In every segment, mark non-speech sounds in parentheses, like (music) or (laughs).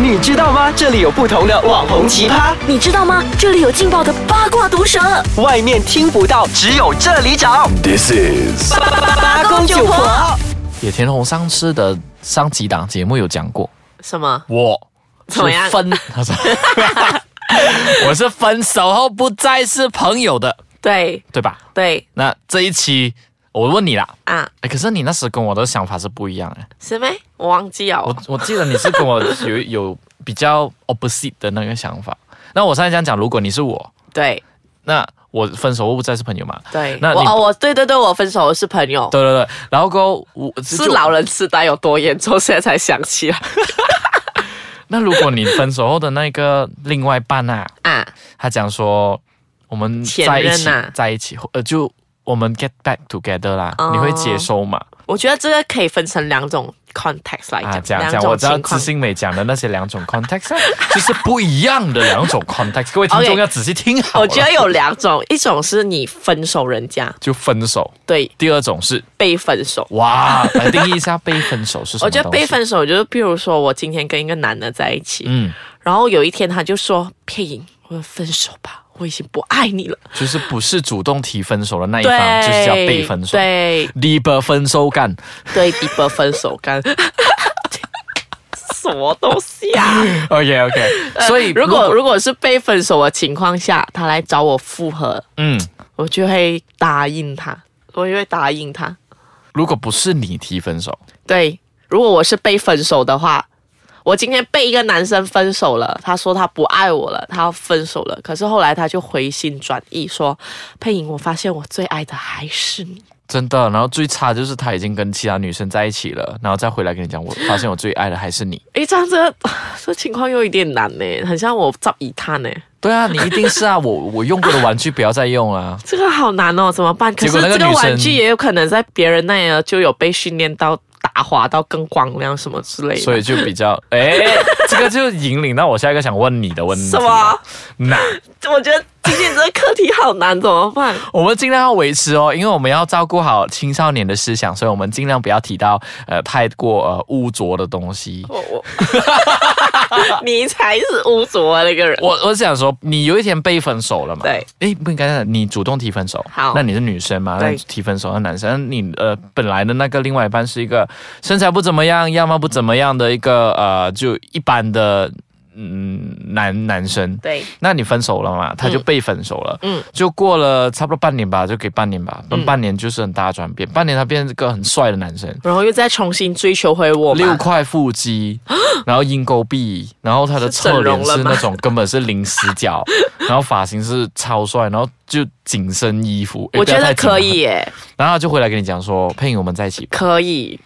你知道吗？这里有不同的网红奇葩，你知道吗？这里有劲爆的八卦毒舌，外面听不到，只有这里找。 This is 八八八公九婆野田红上次的上几档节目有讲过，什么？我怎么样是分， (laughs) 他说我是分手后不再是朋友的，对对吧？对那这一期我问你啦，啊，哎，可是你那时跟我的想法是不一样的，是没？我忘记了我我记得你是跟我有 (laughs) 有比较 opposite 的那个想法。那我上次这样讲，如果你是我，对那我分手后不再是朋友嘛？对，那我你哦，我对对对，我分手是朋友，对对对，然后过后我是就老人痴呆有多严重，现在才想起来那如果你分手后的那个另外一半啊，啊。他讲说我们前在一任起，啊在一起，呃，就我们 get back together 啦，哦你会接受吗？我觉得这个可以分成两种 context 来啊，讲，讲哎两讲，我种知道情知况。心美讲的那些两种 context，啊 (laughs) 就是不一样的两种 context，各位听 OK 众要仔细听好了。啊我觉得有两种， (laughs) 一种是你分手人家，就分手，对，第二种是被分手。哇， (laughs) 来定义一下被分手是什么？我觉得被，分手就是，譬如说我今天跟一个男的在一起，嗯，然后有一天他就说：“配音，我们分手吧，我已经不爱你了。就是不是主动提分手的那”一对方，，就是叫被分手。对 Liber 分手干，对，一波分手干， (laughs) 什么东西啊？ OK OK，所 (laughs) 以呃如果如果是被分手的情况下，他来找我复合，嗯，我就会答应他，我就会答应他。如果不是你提分手，对，如果我是被分手的话，我今天被一个男生分手了，他说他不爱我了，他要分手了。可是后来他就回心转意说：“佩莹，我发现我最爱的还是你。真的，然后最差就是他已经跟其他女生在一起了，然后再回来跟你讲，我发现我最爱的还是你。”诶，这样这个这情况有一点难呢，很像我找一探呢。对啊，你一定是啊，我我用过的玩具不要再用啊。这个好难哦，怎么办？结可是果那个这个女生玩具也有可能在别人那里呢就有被训练到打滑到更光亮什么之类的。 (laughs) 所以就比较，哎，这个就引领到我下一个想问你的问题。什么？？那我觉得今天这个课题好难，怎么办？我们尽量要维持哦，因为我们要照顾好青少年的思想，所以我们尽量不要提到呃太过呃污浊的东西。我我，你才是污浊的那个人。我我想说，你有一天被分手了嘛？对，哎，不应该的，你主动提分手。好那你是女生嘛？那对你提分手，那男生，那你呃本来的那个另外一半是一个身材不怎么样、样貌不怎么样的一个呃就一般的嗯男男生。对那你分手了嘛？他就被分手了，嗯就过了差不多半年吧，就给半年吧，半年就是很大的转变，半年他变成一个很帅的男生，然后又再重新追求回我六嘛？块腹肌，然后鹰钩臂，然后他的侧脸是整容是了吗那种根本是零死角，然后发型是超帅，然后就紧身衣服，诶我觉不要太得紧了可以耶，然后他就回来跟你讲说，佩影我们在一起吧。可以。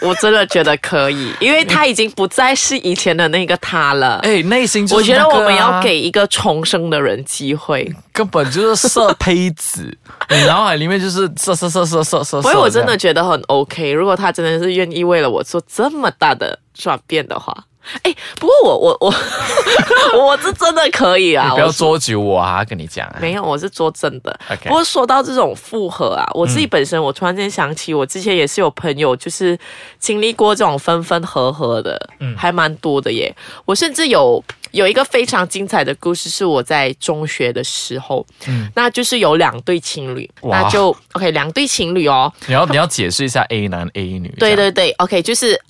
我真的觉得可以，因为他已经不再是以前的那个他了。哎，内心就我是觉那得个啊、我们要给一个重生的人机会，根本就是色胚子，你脑海里面就是色色色色色色色。所以我真的这样觉得很 OK。如果他真的是愿意为了我做这么大的转变的话，哎，不过我我我 (laughs) 我是真的可以啊，你不要我是捉急我啊，跟你讲啊，没有，我是说真的。 OK 不过说到这种复合啊，我自己本身，我突然间想起，我之前也是有朋友就是经历过这种分分合合的，嗯还蛮多的耶。我甚至有有一个非常精彩的故事，是我在中学的时候，那就是有两对情侣，嗯哇那就 OK，两对情侣哦，你要你要解释一下 A 男 A 女。对这样对对，OK，就是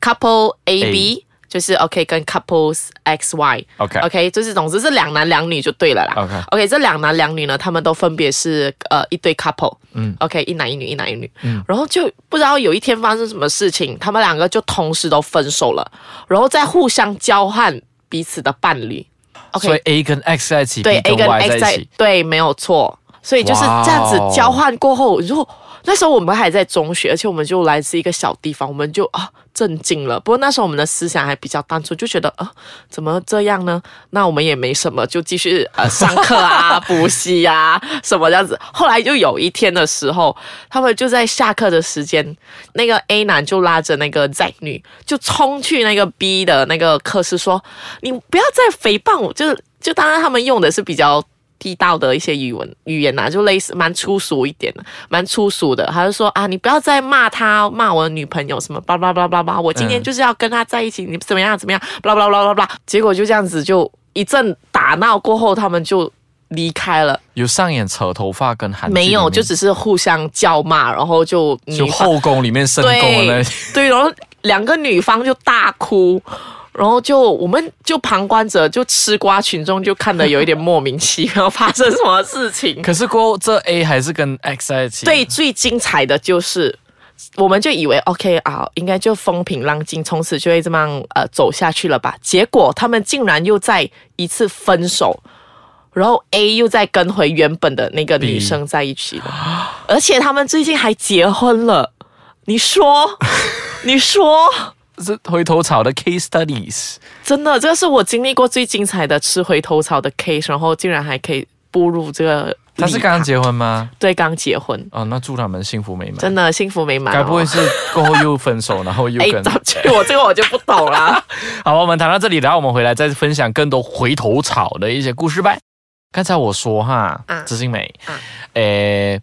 OK，couple A B。就是 OK 跟 couples X Y OK OK 就是总之是两男两女就对了啦 OK OK 这两男两女呢，他们都分别是呃一对 couple，嗯 OK 一男一女一男一女，嗯然后就不知道有一天发生什么事情，他们两个就同时都分手了，然后再互相交换彼此的伴侣，OK 所以 A 跟 X 在一起，对 B A 跟 Y X 在一在起。对，没有错。所以就是这样子哇哦交换过后，然后那时候我们还在中学，而且我们就来自一个小地方，我们就啊震惊了。不过那时候我们的思想还比较单纯，就觉得啊怎么这样呢？那我们也没什么，就继续呃上课啊、补习啊什么这样子。后来就有一天的时候，他们就在下课的时间，那个 A 男就拉着那个 Z 女就冲去那个 B 的那个课室说：“你不要再诽谤我！”就是就当然他们用的是比较。地道的一些语文语言啊呐、就类似蛮粗俗一点的，蛮粗俗的。他就说啊，你不要再骂他，骂我的女朋友什么，巴拉巴拉巴拉巴拉，我今天嗯就是要跟他在一起，你怎么样怎么样，巴拉巴拉巴拉巴拉。结果就这样子就一阵打闹过后，他们就离开了，有上演扯头发跟韩剧没里有，面就只是互相叫骂，然后就就女方后宫里面深宫的那对 (laughs) 对，然后两个女方就大哭，然后就我们就旁观者就吃瓜群众就看得有一点莫名其妙发生什么事 (laughs) 情。可啊是过后这 A 还是跟 X 在一起，对，，最精彩的就是。我们就以为 OK 啊，应该就风平浪静，从此就会这么样呃走下去了吧？结果他们竟然又在一次分手，然后 A 又再跟回原本的那个 B 女生在一起了，而且他们最近还结婚了。你说，你说，是回头草的 case studies。真的，这是我经历过最精彩的吃回头草的 case，然后竟然还可以步入这个礼他堂。是刚结婚吗？对刚结婚，哦，那祝他们幸福美满。真的幸福美满、哦。该不会是过后又分手，然后又 (laughs) 哎跟？，早去我这个我就不 (laughs) 懂啦。好，我们谈到这里，然后我们回来再分享更多回头草的一些故事吧。刚才我说哈啊，知心美啊，诶、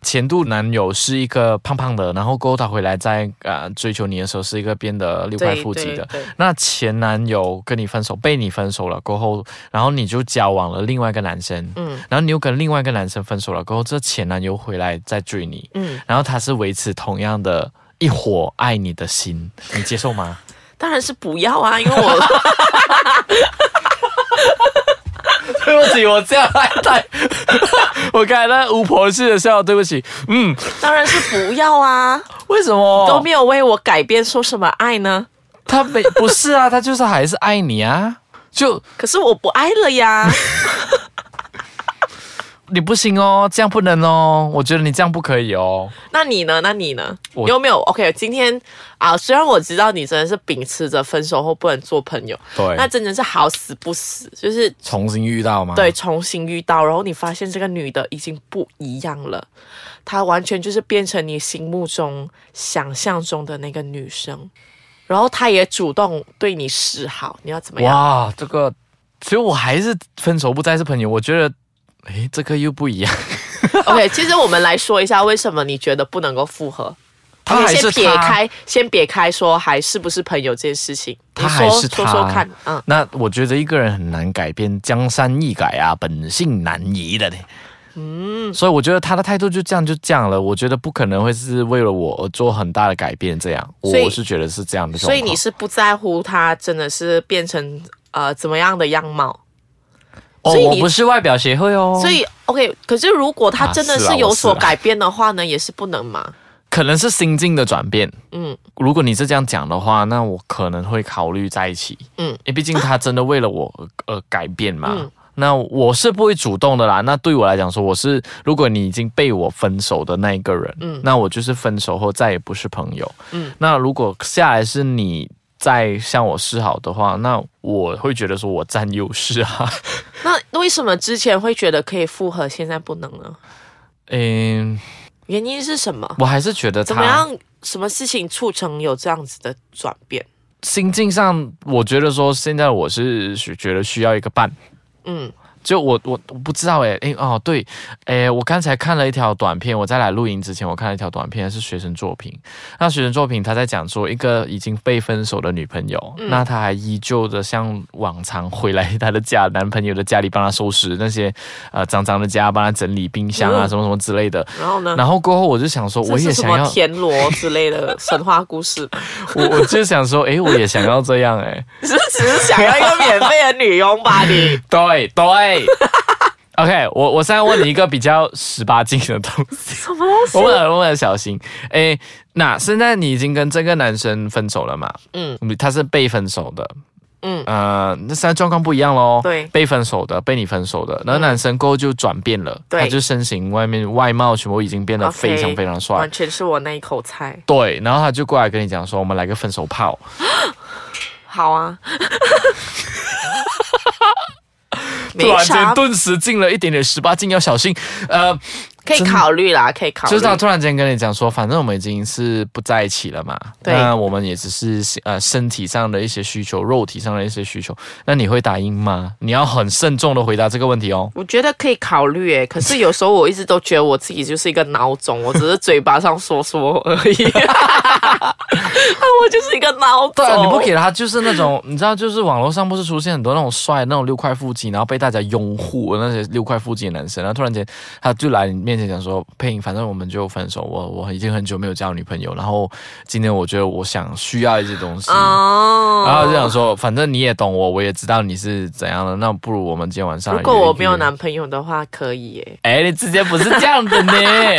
前度男友是一个胖胖的，然后过后他回来再啊、呃追求你的时候是一个变得六块对腹肌的。对对那前男友跟你分手，被你分手了过后，然后你就交往了另外一个男生，嗯然后你又跟另外一个男生分手了过后，这前男友回来再追你，嗯，然后他是维持同样的一伙爱你的心，你接受吗？当然是不要啊，因为我 (laughs) 对不起，我这样太太， (laughs) 我刚才那巫婆式的笑，对不起。嗯，当然是不要啊，为什么都没有为我改变，说什么爱呢？他没不是啊，他就是还是爱你啊，就可是我不爱了 (laughs) 呀，你不行哦，这样不能哦，我觉得你这样不可以哦。那你呢？那你呢？我你有没有 OK？今天啊，虽然我知道你真的是秉持着分手后不能做朋友，对那真的是好死不死，就是重新遇到吗？对，，重新遇到，然后你发现这个女的已经不一样了，她完全就是变成你心目中、想象中的那个女生，然后她也主动对你示好，你要怎么样？哇，这个，所以我还是分手不再是朋友，我觉得。诶，这个又不 (laughs) 一样， OK，其实我们来说一下，为什么你觉得不能够复合？他 OK，还是先撇他开，先撇开说还是不是朋友这件事情，你他还说是说他说看，嗯，那我觉得一个人很难改变，江山易改啊，本性难移的嘞。嗯，所以我觉得他的态度就这样就这样了，我觉得不可能会是为了我而做很大的改变，这样所以我是觉得是这样的状况。所以你是不在乎她真的是变成呃怎么样的样貌？哦，所以我你不是外表协会哦，所以 OK，可是如果他啊真的是啊是有我是所啊改变的话呢，也是不能嘛。可能是心境的转变。嗯，如果你是这样讲的话，那我可能会考虑在一起。嗯因为毕竟他真的为了我而而改变嘛。嗯那我是不会主动的啦。那对我来讲说，我是如果你已经被我分手的那一个人，嗯那我就是分手后再也不是朋友。嗯，那如果下来是你再向我示好的话，那我会觉得说我占优势啊。 (laughs) 那为什么之前会觉得可以复合，现在不能呢？嗯，原因是什么？我还是觉得怎么他样？什么事情促成有这样子的转变？心境上，我觉得说现在我是觉得需要一个伴。嗯就我我我不知道诶诶哦对，诶我刚才看了一条短片，我在来录音之前我看了一条短片是学生作品，那学生作品他在讲说一个已经被分手的女朋友，嗯那她还依旧的像往常回来她的家男朋友的家里帮她收拾那些呃脏脏的家，帮她整理冰箱啊嗯什么什么之类的。然后呢？然后过后我就想说，我这也是什想么要，田螺之类的神话 (laughs) 故事？我我就想说，诶，我也想要这样诶。只是只是想要一个免费的女佣吧你？对对。OK，我我现在问你一个比较十八禁的东西，什么东西我问了我问了小新，诶，那现在你已经跟这个男生分手了嘛？嗯，他是被分手的，嗯呃，那现在状况不一样喽。对被分手的，被你分手的，然后男生过后就转变了，对他就身形、外面外貌全部已经变得 OK，非常非常帅完全是我那一口菜。对，然后他就过来跟你讲说，我们来个分手炮，好 (laughs) 啊，突没然啥间顿时进了一点点十八禁，要小心。呃，可以真的考虑啦，可以考虑。就是他突然间跟你讲说，反正我们已经是不在一起了嘛，对那我们也只是呃身体上的一些需求，肉体上的一些需求，那你会答应吗？你要很慎重的回答这个问题哦。我觉得可以考虑诶，可是有时候我一直都觉得我自己就是一个孬 (laughs) 种，我只是嘴巴上说说而已。我就是一个孬种。对啊，你不给他就是那种，你知道，就是网络上不是出现很多那种帅那种六块腹肌，然后被大家拥护的那些六块腹肌的男生，然后突然间他就来你面前讲说，配音，反正我们就分手，我我已经很久没有交女朋友，然后今天我觉得我想需要一些东西，哦，然后就想说，反正你也懂我，我也知道你是怎样的，那不如我们今天晚上如果我没有约一约男朋友的话，可以耶。哎，你之前不是这样的呢，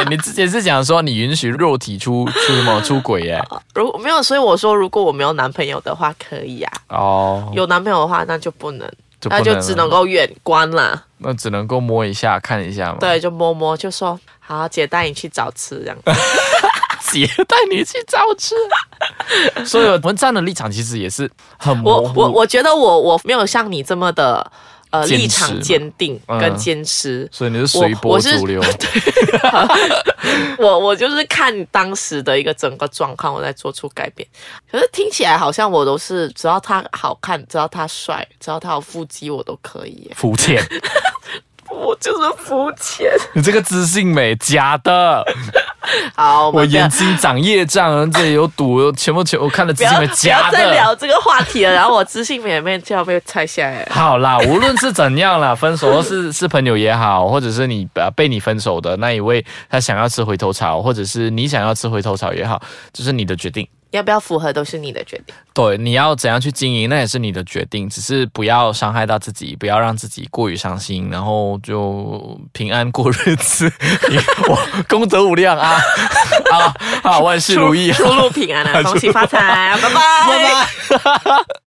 你之前是讲说你允许肉体出出什么出轨 (laughs) 耶？如没有，所以我说，如果我没有男朋友的话，可以啊。哦，有男朋友的话，那就不能，就不那能就只能了够远观啦。那只能够摸一下看一下嘛，，对，就摸摸，就说好，姐带你去找吃 (laughs) 这样。姐带你去找 (laughs) 吃。所以我们站的立场其实也是很模我糊。我我觉得我我没有像你这么的呃坚持立场坚定嗯跟坚持。所以你是随波逐 (laughs) 流，我我就是看当时的一个整个状况，我在做出改变。可是听起来好像我都是，只要他好看，只要他帅，只要他有腹肌，我都可以耶。肤浅。我就是肤浅。你这个自信美，假的！好，我我们不要眼睛长业障，然后这里有堵，有全部全我看了不自要信美，不假要再的。聊这个话题了，然后我知性美妹就要被拆下来了。好啦，无论是怎样啦， (laughs) 分手或是是朋友也好，或者是你呃被你分手的那一位，他想要吃回头草，或者是你想要吃回头草也好，就是你的决定。要不要符合都是你的决定。对，你要怎样去经营，那也是你的决定，只是不要伤害到自己，不要让自己过于伤心，然后就平安过日子。 (laughs) 你我功德无量啊 (laughs) 啊啊！万事如意啊！ (laughs) 出入平安啊，恭喜发财，拜拜，拜拜。